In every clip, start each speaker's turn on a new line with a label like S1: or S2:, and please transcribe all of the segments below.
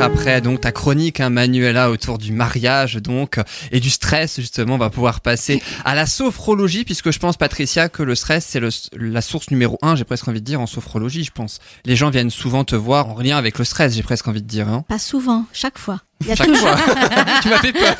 S1: après donc ta chronique, hein, Manuela, autour du mariage donc et du stress justement, on va pouvoir passer à la sophrologie puisque je pense Patricia que le stress c'est la source numéro un, j'ai presque envie de dire en sophrologie, je pense. Les gens viennent souvent te voir en lien avec le stress, j'ai presque envie de dire. Hein.
S2: Pas souvent, chaque fois. Il y a
S1: Chaque
S2: toujours,
S1: fois. tu m'as fait peur.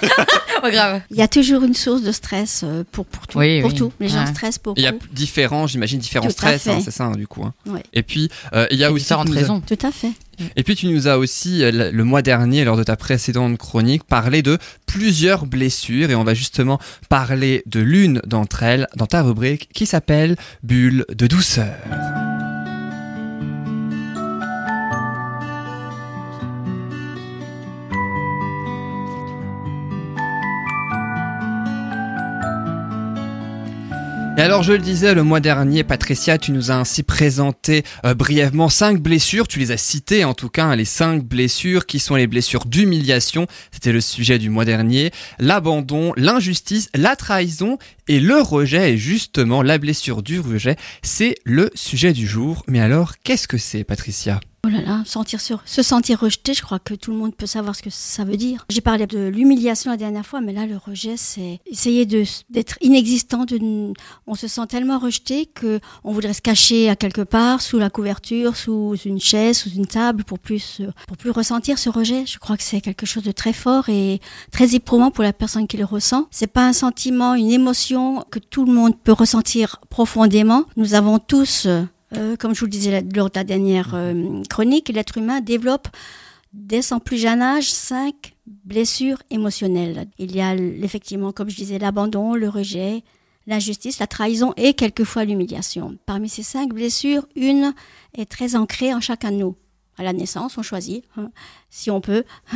S3: Oh, grave.
S2: il y a toujours une source de stress euh, pour pour tout,
S3: Oui,
S2: pour
S3: oui.
S2: tout. Les gens
S3: Ouais.
S2: stressent pour
S1: Il y a
S2: tout.
S1: différents, j'imagine différents
S2: Tout à
S1: stress, hein,
S2: fait.
S1: c'est ça hein, du coup. hein.
S2: Ouais.
S1: Et puis euh, il y a aussi
S3: différentes
S1: tu nous as-
S3: raisons.
S2: Tout à fait.
S1: Et puis tu nous as aussi, euh, le le mois dernier, lors de ta précédente chronique, parlé de plusieurs blessures. Et on va justement parler de l'une d'entre elles dans ta rubrique qui s'appelle Bulle de douceur. Et alors, je le disais le mois dernier, Patricia, tu nous as ainsi présenté euh, brièvement cinq blessures. Tu les as citées, en tout cas, hein, les cinq blessures qui sont les blessures d'humiliation. C'était le sujet du mois dernier. L'abandon, l'injustice, la trahison et le rejet. Et justement, la blessure du rejet, c'est le sujet du jour. Mais alors, qu'est-ce que c'est, Patricia
S2: Oh là là, sentir sur, se sentir rejeté, je crois que tout le monde peut savoir ce que ça veut dire. J'ai parlé de l'humiliation la dernière fois, mais là le rejet, c'est essayer de d'être inexistant. De, n- on se sent tellement rejeté que on voudrait se cacher à quelque part, sous la couverture, sous une chaise, sous une table, pour plus euh, pour plus ressentir ce rejet. Je crois que c'est quelque chose de très fort et très éprouvant pour la personne qui le ressent. C'est pas un sentiment, une émotion que tout le monde peut ressentir profondément. Nous avons tous euh, euh, comme je vous le disais la- lors de la dernière euh, chronique, l'être humain développe dès son plus jeune âge cinq blessures émotionnelles. Il y a l- effectivement, comme je disais, l'abandon, le rejet, l'injustice, la trahison et quelquefois l'humiliation. Parmi ces cinq blessures, une est très ancrée en chacun de nous. À la naissance, on choisit, hein, si on peut,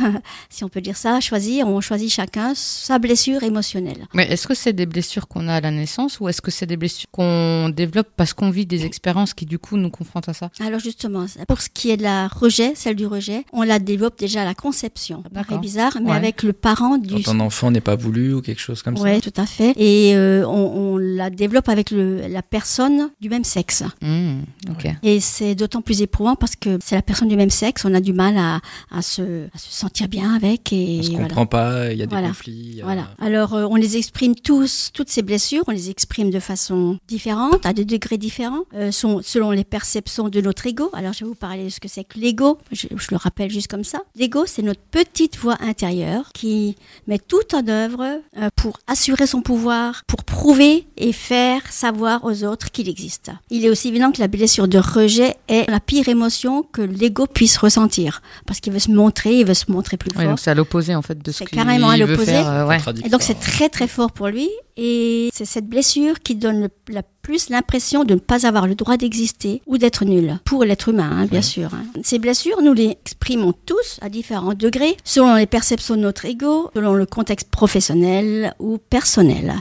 S2: si on peut dire ça, choisir, on choisit chacun sa blessure émotionnelle.
S3: Mais est-ce que c'est des blessures qu'on a à la naissance ou est-ce que c'est des blessures qu'on développe parce qu'on vit des expériences qui du coup nous confrontent à ça
S2: Alors justement, pour ce qui est de la rejet, celle du rejet, on la développe déjà à la conception. Ça paraît
S3: D'accord.
S2: bizarre, mais
S3: Ouais.
S2: avec le parent du...
S4: Quand un enfant n'est pas voulu ou quelque chose comme
S2: Oui, tout à fait. Et euh, on, on la développe avec le- la personne du même sexe.
S3: Mmh, Ok.
S2: Et c'est d'autant plus éprouvant parce que c'est la personne du même sexe, on a du mal à, à se, à se sentir bien avec.
S4: ça.
S2: Et
S4: On se
S2: voilà.
S4: comprend pas, il y a des
S2: Voilà.
S4: conflits. il y a-
S2: Voilà. Alors, euh, on les exprime tous, toutes ces blessures, on les exprime de façon différente, à des degrés différents, euh, sont, selon les perceptions de notre ego. Alors, je vais vous parler de ce que c'est que l'ego. Je, je le rappelle juste comme ça. L'ego, c'est notre petite voix intérieure qui met tout en œuvre euh, pour assurer son pouvoir, pour prouver et faire savoir aux autres qu'il existe. Il est aussi évident que la blessure de rejet est la pire émotion que l'ego puisse ressentir, parce qu'il veut se montrer, il veut se montrer plus
S3: Ouais,
S2: fort.
S3: donc c'est à l'opposé en fait de ce
S2: C'est
S3: qu'il
S2: carrément à
S3: veut
S2: l'opposé.
S3: faire, euh, ouais.
S4: Contradictoire.
S2: Et donc c'est très très fort pour lui et c'est cette blessure qui donne le la plus l'impression de ne pas avoir le droit d'exister ou d'être nul pour l'être humain hein, bien sûr. hein. Ces blessures nous les exprimons tous à différents degrés selon les perceptions de notre ego, selon le contexte professionnel ou personnel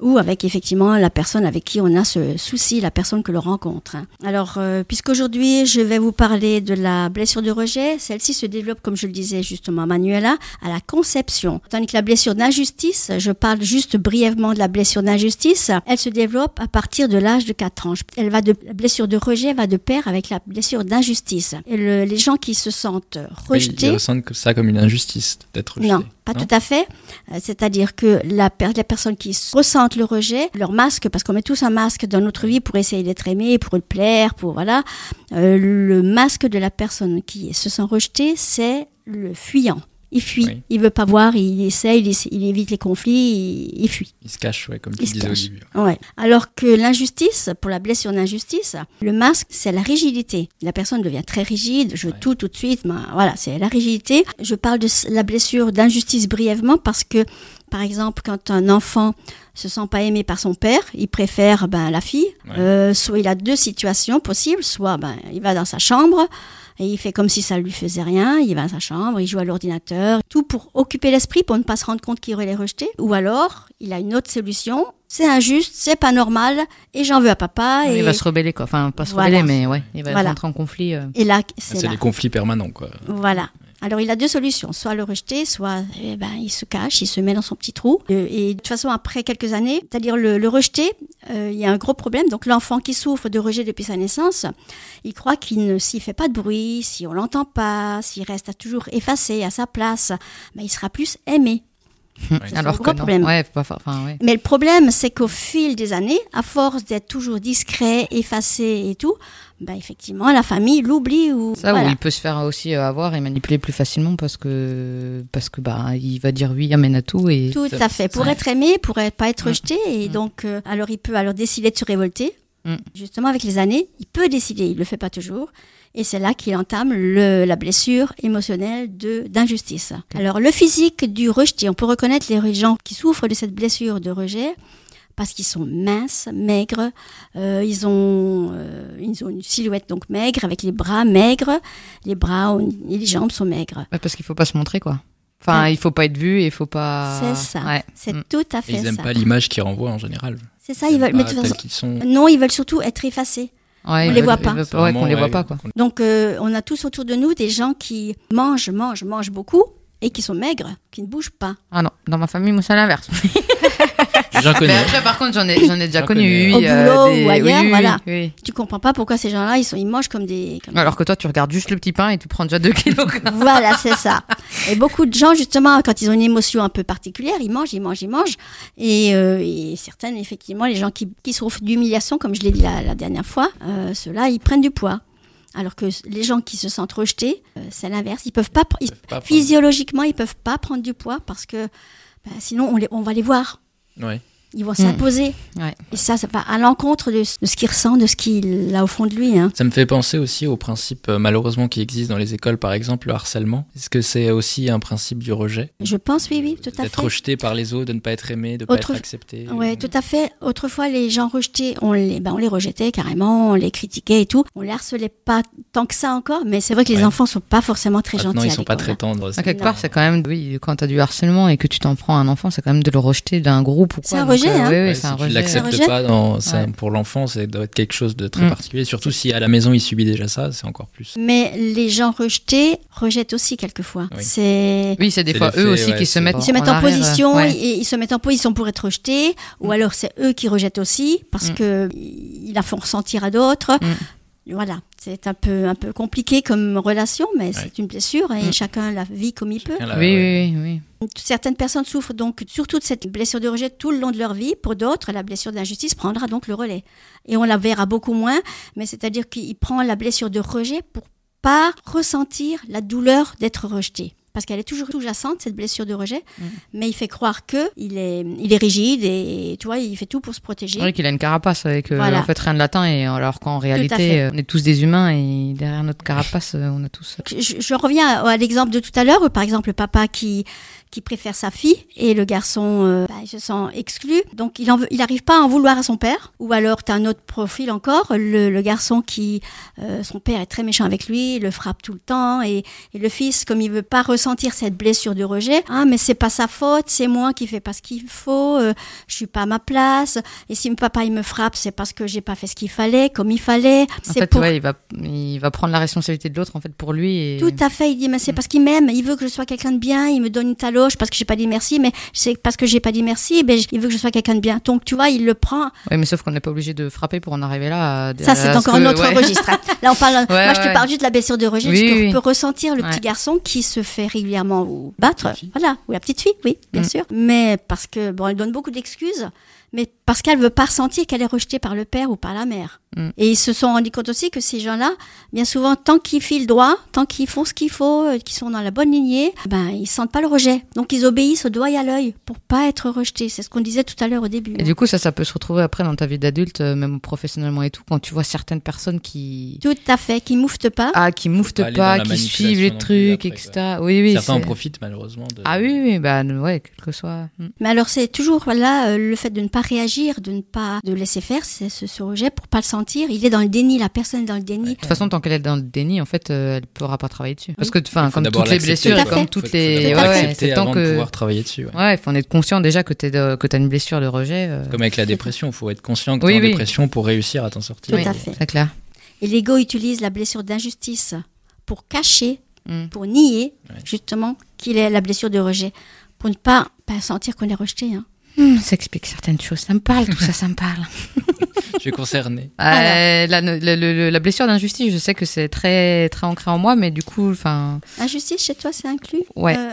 S2: ou avec effectivement la personne avec qui on a ce souci, la personne que l'on rencontre. hein. Alors, euh, puisqu'aujourd'hui je vais vous parler de la blessure de rejet, celle-ci se développe, comme je le disais justement à Manuela, à la conception. Tandis que la blessure d'injustice, je parle juste brièvement de la blessure d'injustice, elle se développe à partir de l'âge de 4 ans. Je- Elle va de, la blessure de rejet va de pair avec la blessure d'injustice. Et le- les gens qui se sentent
S4: Mais ils-
S2: rejetés
S4: Ils ressentent que ça comme une injustice d'être rejeté.
S2: non, pas tout à fait. Euh, C'est-à-dire que la per- les personnes qui s- ressentent le rejet, leur masque, parce qu'on met tous un masque dans notre vie pour essayer d'être aimé, pour plaire, pour voilà, Euh, le masque de la personne qui se sent rejetée, c'est le fuyant. Il fuit,
S4: Oui.
S2: il veut pas voir, il essaie, il, essaie- il évite les conflits, il- il fuit.
S4: Ils se cachent, ouais, comme tu
S2: Il se
S4: disais au
S2: cache.
S4: début.
S2: Ouais. Alors que l'injustice, pour la blessure d'injustice, le masque, c'est la rigidité. La personne devient très rigide, je veux
S4: Ouais.
S2: tout tout de suite, ben, voilà, c'est la rigidité. Je parle de s- la blessure d'injustice brièvement parce que, par exemple, quand un enfant se sent pas aimé par son père, il préfère ben, la fille.
S4: Ouais.
S2: Euh, soit il a deux situations possibles, soit ben, il va dans sa chambre et il fait comme si ça lui faisait rien, il va dans sa chambre, il joue à l'ordinateur, tout pour occuper l'esprit, pour ne pas se rendre compte qu'il est rejeté. Ou alors, il a une autre solution, c'est injuste, c'est pas normal, et j'en veux à papa.
S3: Il
S2: Ah, Et,
S3: va se rebeller quoi. Enfin, pas se
S2: Voilà.
S3: rebeller, mais ouais, il va
S2: Voilà.
S3: rentrer en conflit. euh.
S2: et là,
S4: C'est
S2: c'est là.
S4: les conflits permanents, quoi.
S2: Voilà. Alors il a deux solutions, soit le rejeter, soit eh ben, il se cache, il se met dans son petit trou. Euh, Et de toute façon, après quelques années, c'est-à-dire le, le rejeter, euh, il y a un gros problème. Donc l'enfant qui souffre de rejet depuis sa naissance, il croit qu'il ne s'il fait pas de bruit, si on l'entend pas, s'il reste à toujours effacé à sa place, ben, il sera plus aimé.
S4: C'est
S3: Alors
S2: un
S3: que
S2: gros
S3: non.
S2: problème.
S3: Ouais, faut pas faire- enfin, ouais.
S2: Mais le problème, c'est qu'au fil des années, à force d'être toujours discret, effacé et tout, ben effectivement, la famille l'oublie ou
S3: Ça
S2: voilà.
S3: où il peut se faire aussi euh, avoir et manipuler plus facilement parce que parce que bah il va dire oui amène à tout et
S2: Tout
S4: Ça-
S2: à fait. Pour
S3: ça-
S2: être aimé, pour être- pas être
S3: Mm.
S2: rejeté, et
S3: Mm.
S2: donc euh, alors il peut alors décider de se révolter.
S3: Mm.
S2: Justement, avec les années, il peut décider. Il le fait pas toujours, et c'est là qu'il entame le- la blessure émotionnelle de d'injustice. Alors le physique du rejeté, on peut reconnaître les gens qui souffrent de cette blessure de rejet parce qu'ils sont minces, maigres, euh, ils, ont, euh, ils ont une silhouette donc maigre, avec les bras maigres, les bras ont- et les jambes sont maigres.
S3: Ouais, parce qu'il faut pas se montrer quoi. Enfin, il faut pas être vu et il faut pas.
S2: C'est ça,
S3: Ouais.
S2: c'est
S3: Mm.
S2: tout à
S4: Et
S2: fait
S4: ils n'aiment
S2: ça.
S4: pas l'image qu'ils renvoient en général.
S2: C'est ça, ils veulent. Mais de toute façon,
S4: qu'ils sont.
S2: Non, ils veulent surtout être effacés.
S3: Ouais,
S2: On
S3: il
S2: les
S3: veut-
S2: voit
S3: il
S2: pas.
S3: veut Ouais, qu'on les voit pas quoi.
S2: Donc, euh, on a tous autour de nous des gens qui mangent, mangent, mangent beaucoup et qui sont maigres, qui ne bougent pas.
S3: Ah non, dans ma famille, moi, c'est l'inverse.
S4: J'en
S3: Mais
S2: Bah,
S4: connais.
S3: après, par contre, j'en ai, j'en ai déjà
S4: J'en
S3: connu.
S4: connais.
S2: Au
S3: oui, euh,
S2: boulot
S3: des-
S2: ou ailleurs,
S3: oui, oui, oui,
S2: voilà.
S3: oui.
S2: Tu comprends pas pourquoi ces gens-là, ils sont, ils mangent comme des. comme-
S3: Alors que toi, tu regardes juste le petit pain et tu prends déjà 2 kilos.
S2: Voilà, c'est ça. Et beaucoup de gens, justement, quand ils ont une émotion un peu particulière, ils mangent, ils mangent, ils mangent. Et, euh, et certaines, effectivement, les gens qui, qui souffrent d'humiliation, comme je l'ai dit la, la dernière fois, euh, ceux-là, ils prennent du poids. Alors que les gens qui se sentent rejetés, euh, c'est l'inverse. Ils peuvent pas, pr- ils- physiologiquement, ils peuvent pas prendre du poids parce que ben, sinon on, les- on va les voir.
S4: Ouais.
S2: Ils vont s'imposer.
S3: Ouais.
S2: Et ça, ça va à l'encontre de, de ce qu'il ressent, de ce qu'il a au fond de lui. hein.
S4: Ça me fait penser aussi au principe euh, malheureusement qui existe dans les écoles, par exemple le harcèlement. Est-ce que c'est aussi un principe du rejet
S2: Je pense, oui, oui, tout à
S4: D'être
S2: fait.
S4: rejeté par les autres, de ne pas être aimé, de ne pas
S2: Autre-
S4: être accepté.
S2: Ouais, tout à fait. Autrefois, les gens rejetés, on les, ben, on les rejetait carrément, on les critiquait et tout. On les harcelait pas tant que ça encore, mais c'est vrai que les
S4: Ouais.
S2: enfants sont pas forcément très
S4: Maintenant,
S2: gentils.
S4: ils
S2: à
S4: sont pas
S2: l'école,
S4: très tendres.
S3: À quelque
S2: Non.
S3: part, c'est quand même, oui, quand t'as du harcèlement et que tu t'en prends à un enfant, c'est quand même de le rejeter d'un groupe ou quoi.
S2: C'est un
S3: Donc, euh,
S2: rejet, hein.
S3: oui, oui,
S4: Ouais,
S3: c'est
S4: si
S3: un
S4: tu
S3: rejet.
S2: Un
S4: l'acceptes
S2: rejet.
S4: pas, dans, ça,
S3: Ouais.
S4: pour l'enfant, ça doit être quelque chose de très
S3: Mm.
S4: particulier. Surtout si à la maison il subit déjà ça, c'est encore plus.
S2: hein. Mais les gens rejetés rejettent aussi quelquefois.
S4: Oui.
S2: C'est
S3: Oui, c'est des
S4: C'est
S3: fois
S4: des
S3: eux
S4: faits,
S3: aussi
S4: ouais,
S3: qui se
S4: c'est-
S3: mettent,
S2: Ils se mettent en,
S3: arrière, euh,
S2: position,
S3: ouais.
S2: et ils se mettent en position pour être rejetés, ou alors c'est eux qui rejettent aussi parce
S3: Mm.
S2: que ils la font ressentir à d'autres. Voilà, c'est un peu un peu compliqué comme relation, mais c'est une blessure et
S3: Mm.
S2: chacun la vit comme il peut.
S4: Chacun la-
S3: oui,
S4: ouais.
S3: oui, oui, oui.
S2: Certaines personnes souffrent donc surtout de cette blessure de rejet tout le long de leur vie. Pour d'autres, la blessure d'injustice prendra donc le relais. Et on la verra beaucoup moins, mais c'est-à-dire qu'il prend la blessure de rejet pour pas ressentir la douleur d'être rejeté. Parce qu'elle est toujours sous-jacente, cette blessure de rejet,
S3: Mhm.
S2: mais il fait croire que il est, il est rigide et tu vois, il fait tout pour se protéger.
S3: Oui, qu'il a une carapace avec, euh,
S2: Voilà.
S3: en fait, rien de latin et alors qu'en réalité,
S2: fait.
S3: euh, on est tous des humains et derrière notre carapace, euh, on a tous.
S2: Je, je reviens à, à l'exemple de tout à l'heure, où, par exemple le papa qui qui préfère sa fille et le garçon euh, bah, il se sent exclu, donc il en veut- il n'arrive pas à en vouloir à son père. Ou alors tu as un autre profil encore, le, le garçon qui euh, son père est très méchant avec lui, il le frappe tout le temps et, et le fils comme il veut pas ressentir cette blessure de rejet, ah mais c'est pas sa faute, c'est moi qui fais pas ce qu'il faut, euh, je suis pas à ma place et si mon papa il me frappe c'est parce que j'ai pas fait ce qu'il fallait, comme il fallait,
S3: En
S2: c'est
S3: fait,
S2: pour
S3: ouais, il va, il va prendre la responsabilité de l'autre en fait pour lui et.
S2: Tout à fait. Il dit, mais c'est parce qu'il m'aime. Il veut que je sois quelqu'un de bien. Il me donne une taloche parce que j'ai pas dit merci. Mais c'est parce que j'ai pas dit merci. Ben, il veut que je sois quelqu'un de bien. Donc, tu vois, il le prend.
S3: Oui, mais sauf qu'on n'est pas obligé de frapper pour en arriver là. à-
S2: Ça, c'est
S3: à ce
S2: encore
S3: que-
S2: un autre
S3: ouais.
S2: registre. hein. Là, on parle, moi, je te
S3: ouais.
S2: parle juste de la blessure de rejet.
S3: Oui,
S2: ce que
S3: oui.
S2: peut ressentir le
S3: Ouais.
S2: petit garçon qui se fait régulièrement ou battre.
S4: fille.
S2: Voilà. Ou la petite fille, oui, bien
S3: Mm.
S2: sûr. Mais parce que, bon, elle donne beaucoup d'excuses. Mais parce qu'elle veut pas ressentir qu'elle est rejetée par le père ou par la mère.
S3: Mm.
S2: Et ils se sont rendus compte aussi que ces gens-là, bien souvent, tant qu'ils filent droit, tant qu'ils font ce qu'il faut, euh, qu'ils sont dans la bonne lignée, ben ils sentent pas le rejet. Donc ils obéissent au doigt et à l'œil pour pas être rejetés. C'est ce qu'on disait tout à l'heure au début. hein.
S3: Et du coup, ça, ça peut se retrouver après dans ta vie d'adulte, euh, même professionnellement et tout, quand tu vois certaines personnes qui.
S2: Tout à fait, qui mouftent pas.
S3: Ah, qui
S4: pas
S3: mouffent
S4: aller dans
S3: pas,
S4: la
S3: qui suivent les
S4: manipulation non
S3: trucs,
S4: plus
S3: etc. Oui, oui.
S4: Certains en
S3: c'est-
S4: profitent malheureusement. De...
S3: Ah oui, oui, bah ouais, quel que soit. Mm.
S2: Mais alors c'est toujours voilà euh, le fait de ne pas réagir, de ne pas de laisser faire c'est ce, ce rejet pour pas le sentir. Il est dans le déni, la personne est dans le déni.
S3: De toute façon, tant qu'elle est dans le déni, en fait, euh, elle pourra pas travailler dessus. Parce que, enfin,
S4: Faut
S3: comme
S4: d'abord
S3: toutes les
S4: l'accepter,
S3: blessures, et
S2: Tout à
S3: comme
S2: fait.
S3: toutes
S4: Faut
S3: les.
S4: d'abord
S3: Ouais, ouais,
S4: l'accepter
S3: c'est
S4: avant
S3: tant
S4: de
S3: que.
S4: pouvoir travailler dessus. ouais.
S3: Ouais, faut en être conscient déjà que t'es de- que t'as une blessure de rejet. euh,
S4: Comme avec la dépression, il faut être conscient que
S3: Oui,
S4: tu es en
S3: oui.
S4: dépression pour réussir à t'en sortir.
S2: Tout à fait.
S3: C'est clair.
S2: Et l'ego utilise la blessure d'injustice pour cacher,
S3: Mm.
S2: pour nier
S4: Ouais.
S2: justement qu'il est la blessure de rejet, pour ne pas, pas sentir qu'on est rejeté. hein.
S3: Hmm, ça explique certaines choses. Ça me parle, tout ça, ça me parle.
S4: Tu es concerné.
S2: Ah,
S3: Euh, la, le- le- la blessure d'injustice, je sais que c'est très, très ancré en moi, mais du coup, enfin,
S2: Injustice, chez toi, c'est inclus
S3: Ouais.
S2: Euh,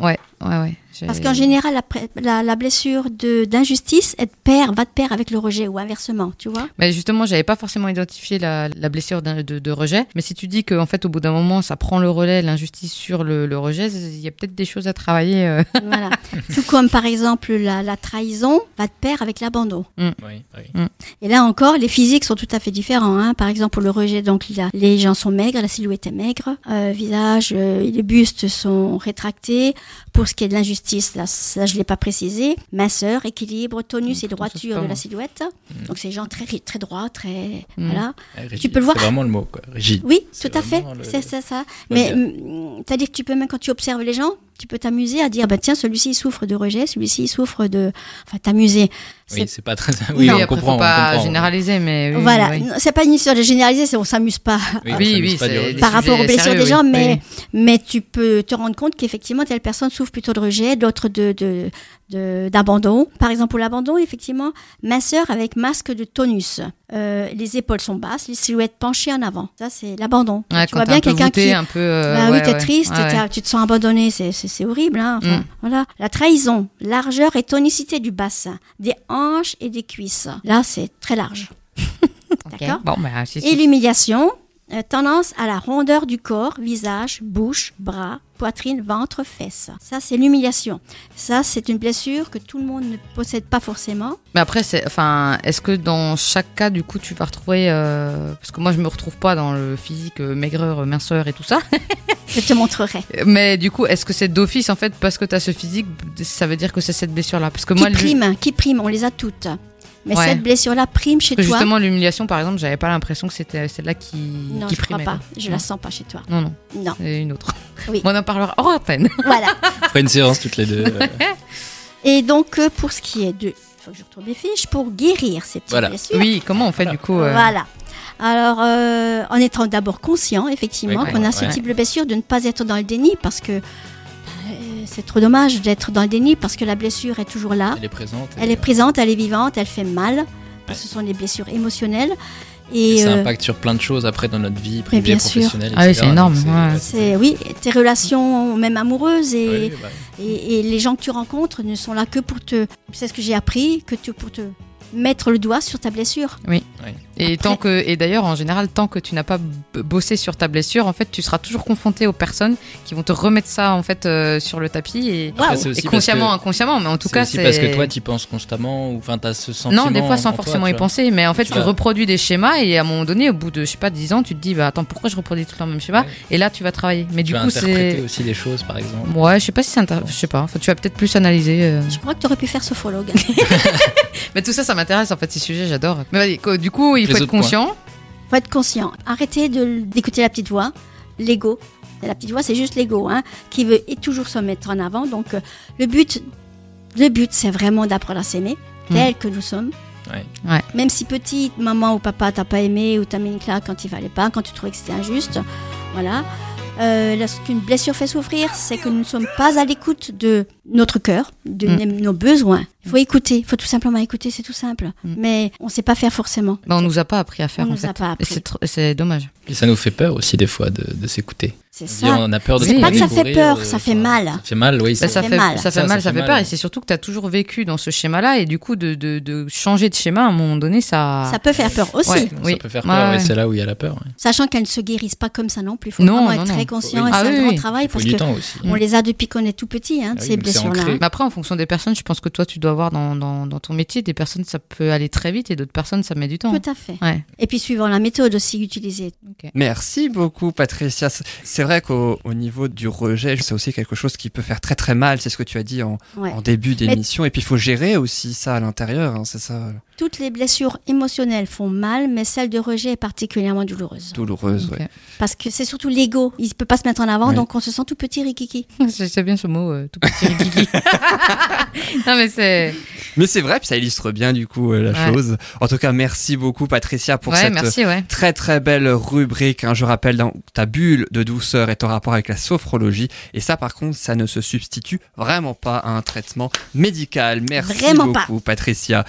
S2: en-
S3: ouais, ouais, ouais. j'ai-
S2: Ah. Parce qu'en général, la, pré- la- la blessure de- d'injustice, elle perd, va de pair avec le rejet ou inversement, tu vois
S3: Mais justement, j'avais pas forcément identifié la, la blessure d'un- de, de rejet. Mais si tu dis qu'en fait, au bout d'un moment, ça prend le relais, l'injustice sur le, le rejet, il y a peut-être des choses à travailler. euh.
S2: Voilà. Tout comme, par exemple, la, la trahison va de pair avec l'abandon.
S4: Oui, oui.
S2: Et là encore, les physiques sont tout à fait différents. hein. Par exemple, pour le rejet, donc il y a- les gens sont maigres, la silhouette est maigre, euh, visage, euh, les bustes sont rétractés. Pour ce qui est de l'injustice, là, ça je l'ai pas précisé. Minceur, équilibre, tonus
S3: Mm,
S2: et
S3: ça, c'est
S2: droiture
S3: pas
S2: de
S3: moi.
S2: la silhouette.
S4: Mm.
S2: Donc c'est des gens très ri- très droits, très
S3: Mm.
S2: voilà.
S4: Eh, rigide,
S2: Tu peux le voir.
S4: C'est vraiment le mot, quoi. Rigide.
S2: Oui,
S4: C'est
S2: tout à fait.
S4: vraiment le-
S2: C'est c'est ça.
S4: le
S2: Mais
S4: gars.
S2: mm, c'est-à-dire que tu peux même quand tu observes les gens, tu peux t'amuser à dire bah tiens celui-ci il souffre de rejet, celui-ci il souffre de enfin t'amuser.
S4: Oui,
S2: C'est-
S4: c'est pas très. Oui,
S3: Non,
S4: on
S3: après,
S4: comprend.
S3: faut
S4: on
S3: pas
S4: comprend.
S3: généraliser, mais oui,
S2: voilà,
S3: oui.
S2: Non, c'est pas une histoire de généraliser, c'est on s'amuse pas
S4: on
S3: Oui,
S4: s'amuse
S3: oui,
S4: pas du
S3: c'est-
S4: rejet.
S2: par
S3: sujets
S2: rapport aux blessures
S3: sérieux,
S2: des
S3: oui.
S2: gens,
S3: Oui,
S2: mais,
S3: oui.
S2: mais tu peux te rendre compte qu'effectivement, telle personne souffre plutôt de rejet, d'autres de, de, de- d'abandon. Par exemple, pour l'abandon, effectivement, minceur avec masque de tonus. Euh, les épaules sont basses, les silhouettes penchées en avant. Ça, c'est l'abandon.
S3: Ouais,
S2: tu vois
S3: quand t'es
S2: bien
S3: un peu
S2: quelqu'un
S3: voûté,
S2: qui.
S3: un peu. euh,
S2: Bah oui,
S3: ouais,
S2: t'es
S3: ouais.
S2: triste,
S3: Ouais,
S2: t'es-
S3: ouais.
S2: tu te sens abandonné, c'est, c'est, c'est horrible. hein, enfin,
S3: Mm.
S2: voilà. La trahison, largeur et tonicité du bassin, des hanches et des cuisses. Là, c'est très large.
S3: Ok.
S2: D'accord.
S3: Bon, bah, si, si.
S2: Et l'humiliation, euh, tendance à la rondeur du corps, visage, bouche, bras, poitrine, ventre, fesses. Ça, c'est l'humiliation. Ça, c'est une blessure que tout le monde ne possède pas forcément.
S3: Mais après, c'est, enfin, est-ce que dans chaque cas, du coup, tu vas retrouver, euh, parce que moi, je me retrouve pas dans le physique euh, maigreur, euh, minceur et tout ça.
S2: Je te montrerai.
S3: Mais du coup, est-ce que c'est d'office en fait parce que t'as ce physique, ça veut dire que c'est cette blessure-là Parce que moi,
S2: qui
S3: le-
S2: prime, qui prime, on les a toutes. Mais
S3: Ouais.
S2: cette blessure-là prime chez
S3: parce que
S2: toi.
S3: justement, l'humiliation, par exemple, j'avais pas l'impression que c'était celle-là qui,
S2: non,
S3: qui
S2: je crois
S3: primait.
S2: pas.
S3: quoi.
S2: Je la sens pas chez toi.
S3: Non, non,
S2: Non.
S3: c'est une autre.
S2: Oui.
S3: Bon, on en parlera hors antenne.
S2: voilà.
S4: On fera une séance toutes les deux. euh,
S2: Et donc, euh, pour ce qui est de. Faut que je retrouve mes fiches pour guérir ces petites
S4: Voilà.
S2: blessures.
S3: Oui, comment on fait du coup euh,
S2: Voilà. Alors, euh, en étant d'abord conscient, effectivement,
S4: Ouais,
S2: qu'on a
S4: ouais,
S2: ce
S4: ouais.
S2: type de blessure, de ne pas être dans le déni, parce que euh, c'est trop dommage d'être dans le déni, parce que la blessure est toujours là.
S4: Elle est présente. euh,
S2: Elle est présente, elle est vivante, elle fait mal. parce que ce sont des blessures émotionnelles. Et,
S4: ça
S2: euh,
S4: impacte sur plein de choses après dans notre vie privée,
S2: bien sûr.
S4: professionnelle.
S3: Ah oui,
S4: etc.
S3: c'est énorme,
S4: Donc,
S3: ouais.
S2: c'est oui, tes relations même amoureuses et,
S4: Ouais, bah,
S2: et, et les gens que tu rencontres ne sont là que pour te, c'est ce que j'ai appris, que tu, pour te mettre le doigt sur ta blessure.
S3: Et
S2: Après-
S3: tant que et d'ailleurs en général tant que tu n'as pas b- bossé sur ta blessure en fait tu seras toujours confronté aux personnes qui vont te remettre ça en fait euh, sur le tapis et,
S4: après,
S2: Waouh.
S4: c'est
S3: et
S4: aussi parce
S3: consciemment
S4: que-
S3: inconsciemment mais en tout
S4: c'est
S3: cas
S4: aussi
S3: c'est
S4: parce que toi, tu penses constamment, ou enfin, t'as ce sentiment.
S3: non, des fois
S4: en
S3: sans
S4: toi,
S3: forcément
S4: tu
S3: y
S4: vois.
S3: penser, mais en fait
S4: Tu
S3: tu,
S4: vas-
S3: reproduis des schémas et à un moment donné, au bout de je sais pas 10 ans, tu te dis bah attends pourquoi je reproduis tout le temps le même schéma
S4: Ouais.
S3: et là tu vas travailler. Mais
S4: Tu
S3: du
S4: vas
S3: coup
S4: interpréter
S3: c'est
S4: aussi des choses, par exemple.
S3: ouais je sais pas si c'est inter... je sais pas, Enfin, tu vas peut-être plus analyser. euh.
S2: Je crois que tu aurais pu faire sophologue.
S3: Mais tout ça ça m'intéresse en fait ces sujets j'adore. Mais vas-y, co- du coup il
S4: Les
S3: faut être
S4: autres points.
S3: conscient.
S2: Faut être conscient. Arrêtez de- d'écouter la petite voix, l'ego. La petite voix, c'est juste l'ego, hein, qui veut et toujours se mettre en avant. Donc, euh, le but, le but, c'est vraiment d'apprendre à s'aimer,
S3: Mm.
S2: tel que nous sommes.
S4: Ouais.
S3: Ouais.
S2: Même si petite, maman ou papa t'a pas aimé ou t'a mis une claque quand il fallait pas, quand tu trouvais que c'était injuste, voilà. Euh, lorsqu'une blessure fait souffrir, c'est que nous ne sommes pas à l'écoute de notre cœur, de
S3: Mmh.
S2: nos besoins. Il faut écouter, il faut tout simplement écouter, c'est tout simple.
S3: Mm.
S2: Mais on ne sait pas faire forcément.
S3: Bah, on nous a pas appris à faire
S2: On
S3: en
S2: nous
S3: fait.
S2: a pas
S3: Et
S2: appris.
S3: c'est tr- c'est dommage. Bah,
S4: Et ça nous fait peur aussi, des fois, de, de s'écouter.
S2: C'est
S4: On dit,
S2: ça.
S4: On a peur de
S3: C'est
S4: se faire
S3: pas que ça
S2: fait
S4: découvrir,
S2: peur,
S4: euh,
S2: ça fait
S4: enfin,
S2: mal.
S4: Ça fait mal, oui.
S3: Bah,
S4: c'est-
S3: ça,
S2: fait
S3: fait,
S2: mal.
S3: ça fait
S4: Ça,
S3: mal,
S4: ça
S3: ça
S4: fait
S3: fait
S4: mal,
S3: peur,
S4: ouais.
S3: et c'est surtout que t'as toujours vécu dans ce schéma-là, et du coup, de, de, de changer de schéma à un moment donné, ça.
S2: Ça peut faire peur aussi,
S3: Ouais.
S4: Ça
S3: Oui.
S4: peut faire
S3: Ouais,
S4: peur, ouais,
S3: ouais.
S4: c'est là où il y a la peur. ouais.
S2: sachant qu'elles ne se guérissent pas comme ça non plus. Il faut
S3: Non,
S2: vraiment
S3: non,
S2: être
S3: non.
S2: très conscient
S4: Oui.
S2: et
S3: Ah
S2: c'est
S3: oui,
S2: un grand
S3: oui.
S2: travail
S4: Il faut
S2: parce
S4: du
S2: que
S4: temps aussi.
S2: on les a depuis qu'on est tout petit, hein,
S4: Ah oui, mais c'est
S2: ces blessures-là.
S4: ancré.
S2: hein.
S3: Mais après, en fonction des personnes, je pense que toi, tu dois voir dans, dans, dans ton métier, des personnes, ça peut aller très vite, et d'autres personnes, ça met du temps.
S2: Tout à fait.
S3: Ouais.
S2: Et puis suivant la méthode aussi utilisée.
S1: Merci beaucoup Patricia. C'est vrai qu'au au niveau du rejet, c'est aussi quelque chose qui peut faire très très mal, c'est ce que tu as dit en,
S2: Ouais.
S1: en début d'émission. Et puis il faut gérer aussi ça à l'intérieur, hein, c'est ça,
S2: Toutes les blessures émotionnelles font mal, mais celle de rejet est particulièrement douloureuse.
S1: douloureuse. ouais.
S3: Ok.
S2: Parce que c'est surtout l'ego. Il ne peut pas se mettre en avant,
S1: Ouais.
S2: donc on se sent tout petit rikiki.
S3: Je sais bien ce mot, euh, tout petit rikiki. non, mais c'est.
S1: Mais c'est vrai, puis ça illustre bien du coup euh, la
S3: Ouais.
S1: chose. En tout cas, merci beaucoup Patricia pour
S3: ouais,
S1: cette
S3: merci, ouais.
S1: Très très belle rubrique, hein. je rappelle, dans ta bulle de douceur est en rapport avec la sophrologie. Et ça par contre, ça ne se substitue vraiment pas à un traitement médical. Merci
S2: Vraiment pas.
S1: beaucoup Patricia.